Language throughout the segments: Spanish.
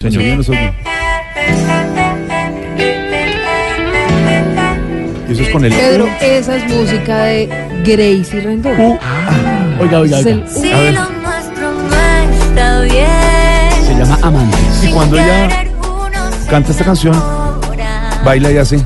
Señor. Señor. nosotros. Y eso es con el. Pedro, esa es música de Gracie Rendón. U. Ah, oiga, oiga, Es oiga. el- A Si ver. lo nuestro no está bien. Se llama Amantes. Y cuando ella canta esta canción, baila y hace.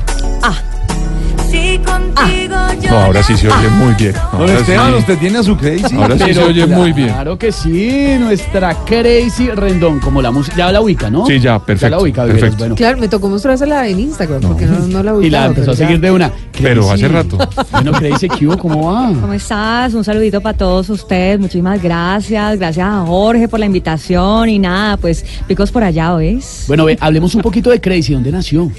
Si contigo yo Ah. No, ahora sí se oye muy bien. Ahora Esteban, sí. usted tiene a su Crazy. Ahora sí se Pero oye muy bien. Claro que sí, nuestra Crazy Rendón, como la música. Ya la ubica, ¿no? Sí, ya, Ya la perfecto, ubica, Viveros, perfecto. bueno. Claro, me tocó mostrársela en Instagram porque no, no la ubicaba. Y la empezó pero a ya. seguir de una. Pero Crazy. hace rato. Bueno, Crazy Q, ¿cómo va? ¿Cómo estás? Un saludito para todos ustedes. Muchísimas gracias. Gracias a Jorge por la invitación y nada, pues picos por allá, ¿ves? Bueno, ve, hablemos un poquito de Crazy, ¿dónde nació?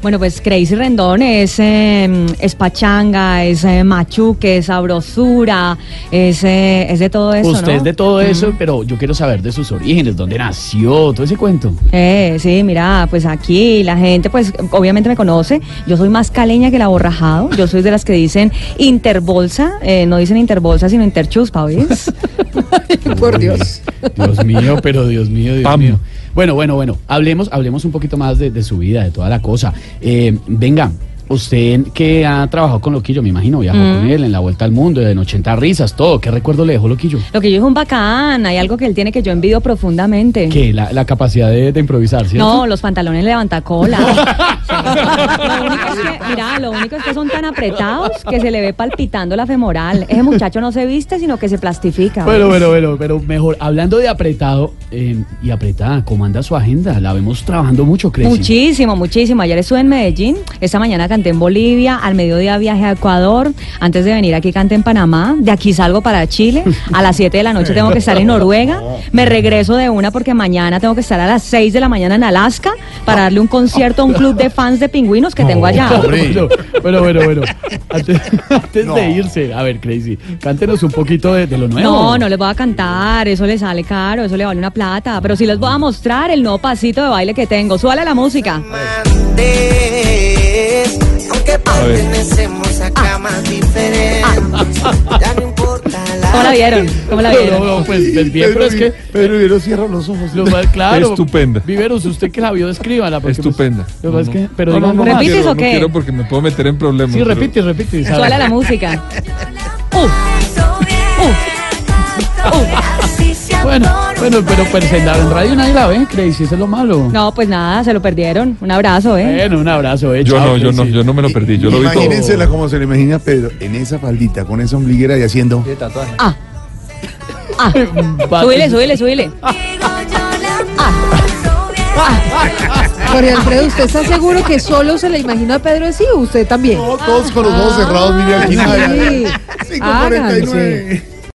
Bueno, pues Crazy Rendón es, eh, es pachanga, es eh, machuque, es sabrosura, es, eh, es de todo eso, Usted ¿no? es de todo eso, pero yo quiero saber de sus orígenes, dónde nació, todo ese cuento. Eh, sí, mira, pues aquí la gente, pues obviamente me conoce. Yo soy más caleña que la borrajado. Yo soy de las que dicen interbolsa. eh, no dicen interbolsa, sino interchuspa, ¿ves? Por Dios. Dios mío, pero Dios mío, Dios Pam. mío. Bueno, bueno, bueno, hablemos, hablemos un poquito más de, de su vida, de toda la cosa. Eh, venga, usted que ha trabajado con Loquillo, me imagino, viajó con él en la vuelta al mundo, en 80 risas, todo. ¿Qué recuerdo le dejó Loquillo? Lo que yo digo es un bacán. Hay algo que él tiene que yo envidio profundamente. Que la, la capacidad de, de improvisar, ¿cierto? No, los pantalones levantacola. Sí. Lo único es que, mira, lo único es que son tan apretados que se le ve palpitando la femoral. Ese muchacho no se viste, sino que se plastifica. Bueno, bueno, bueno, pero mejor, hablando de apretado eh, y apretada, ¿cómo anda su agenda? La vemos trabajando mucho, Crazy. Muchísimo, muchísimo. Ayer estuve en Medellín, esta mañana canté en Bolivia, al mediodía viaje a Ecuador, antes de venir aquí canté en Panamá, de aquí salgo para Chile, a las 7 de la noche tengo que estar en Noruega, me regreso de una porque mañana tengo que estar a las 6 de la mañana en Alaska para darle un concierto a un club de fans de pingüinos que tengo allá. Bueno, bueno, bueno, bueno. Antes, antes de irse, a ver, Crazy, cántenos un poquito de, de lo nuevo. No, no les voy a cantar, eso les sale caro, eso le vale una plata, pero sí les voy a mostrar el nuevo pasito de baile que tengo. Súbale la música. Andes, aunque pertenecemos a camas diferentes, ya no importa la ¿Cómo la vieron? ¿Cómo la vieron? No, no, pues bien, pero, es que... Pedro Vivero cierra los ojos. Lo más, claro. Estupenda. Viveros, usted que la vio, escríbala. porque, pues, Estupenda. lo más que... Pero No, no, diga no, algo no más. ¿Repites quiero, o qué? No quiero porque me puedo meter en problemas. Sí, pero- repite, repite. ¿sabe? Súbale la música. Uh. Bueno, bueno, pero pues en la- en radio nadie la ve, Crazy, eso es lo malo. No, pues nada, se lo perdieron. Un abrazo, ¿eh? Bueno, un abrazo, eh. Yo chao, no, yo Crazy. no, yo no me lo perdí. Yo lo vi todo. Imagínensela como se le imagina a Pedro en esa faldita, con esa ombliguera y haciendo. Ah. Ah. Va- Súbele, súbele, súbele. Ah. Jorge Alfredo, ¿usted está seguro que solo se le imagina a Pedro así o usted también? todos con los ojos cerrados, mire Sí. aquí. Háganse.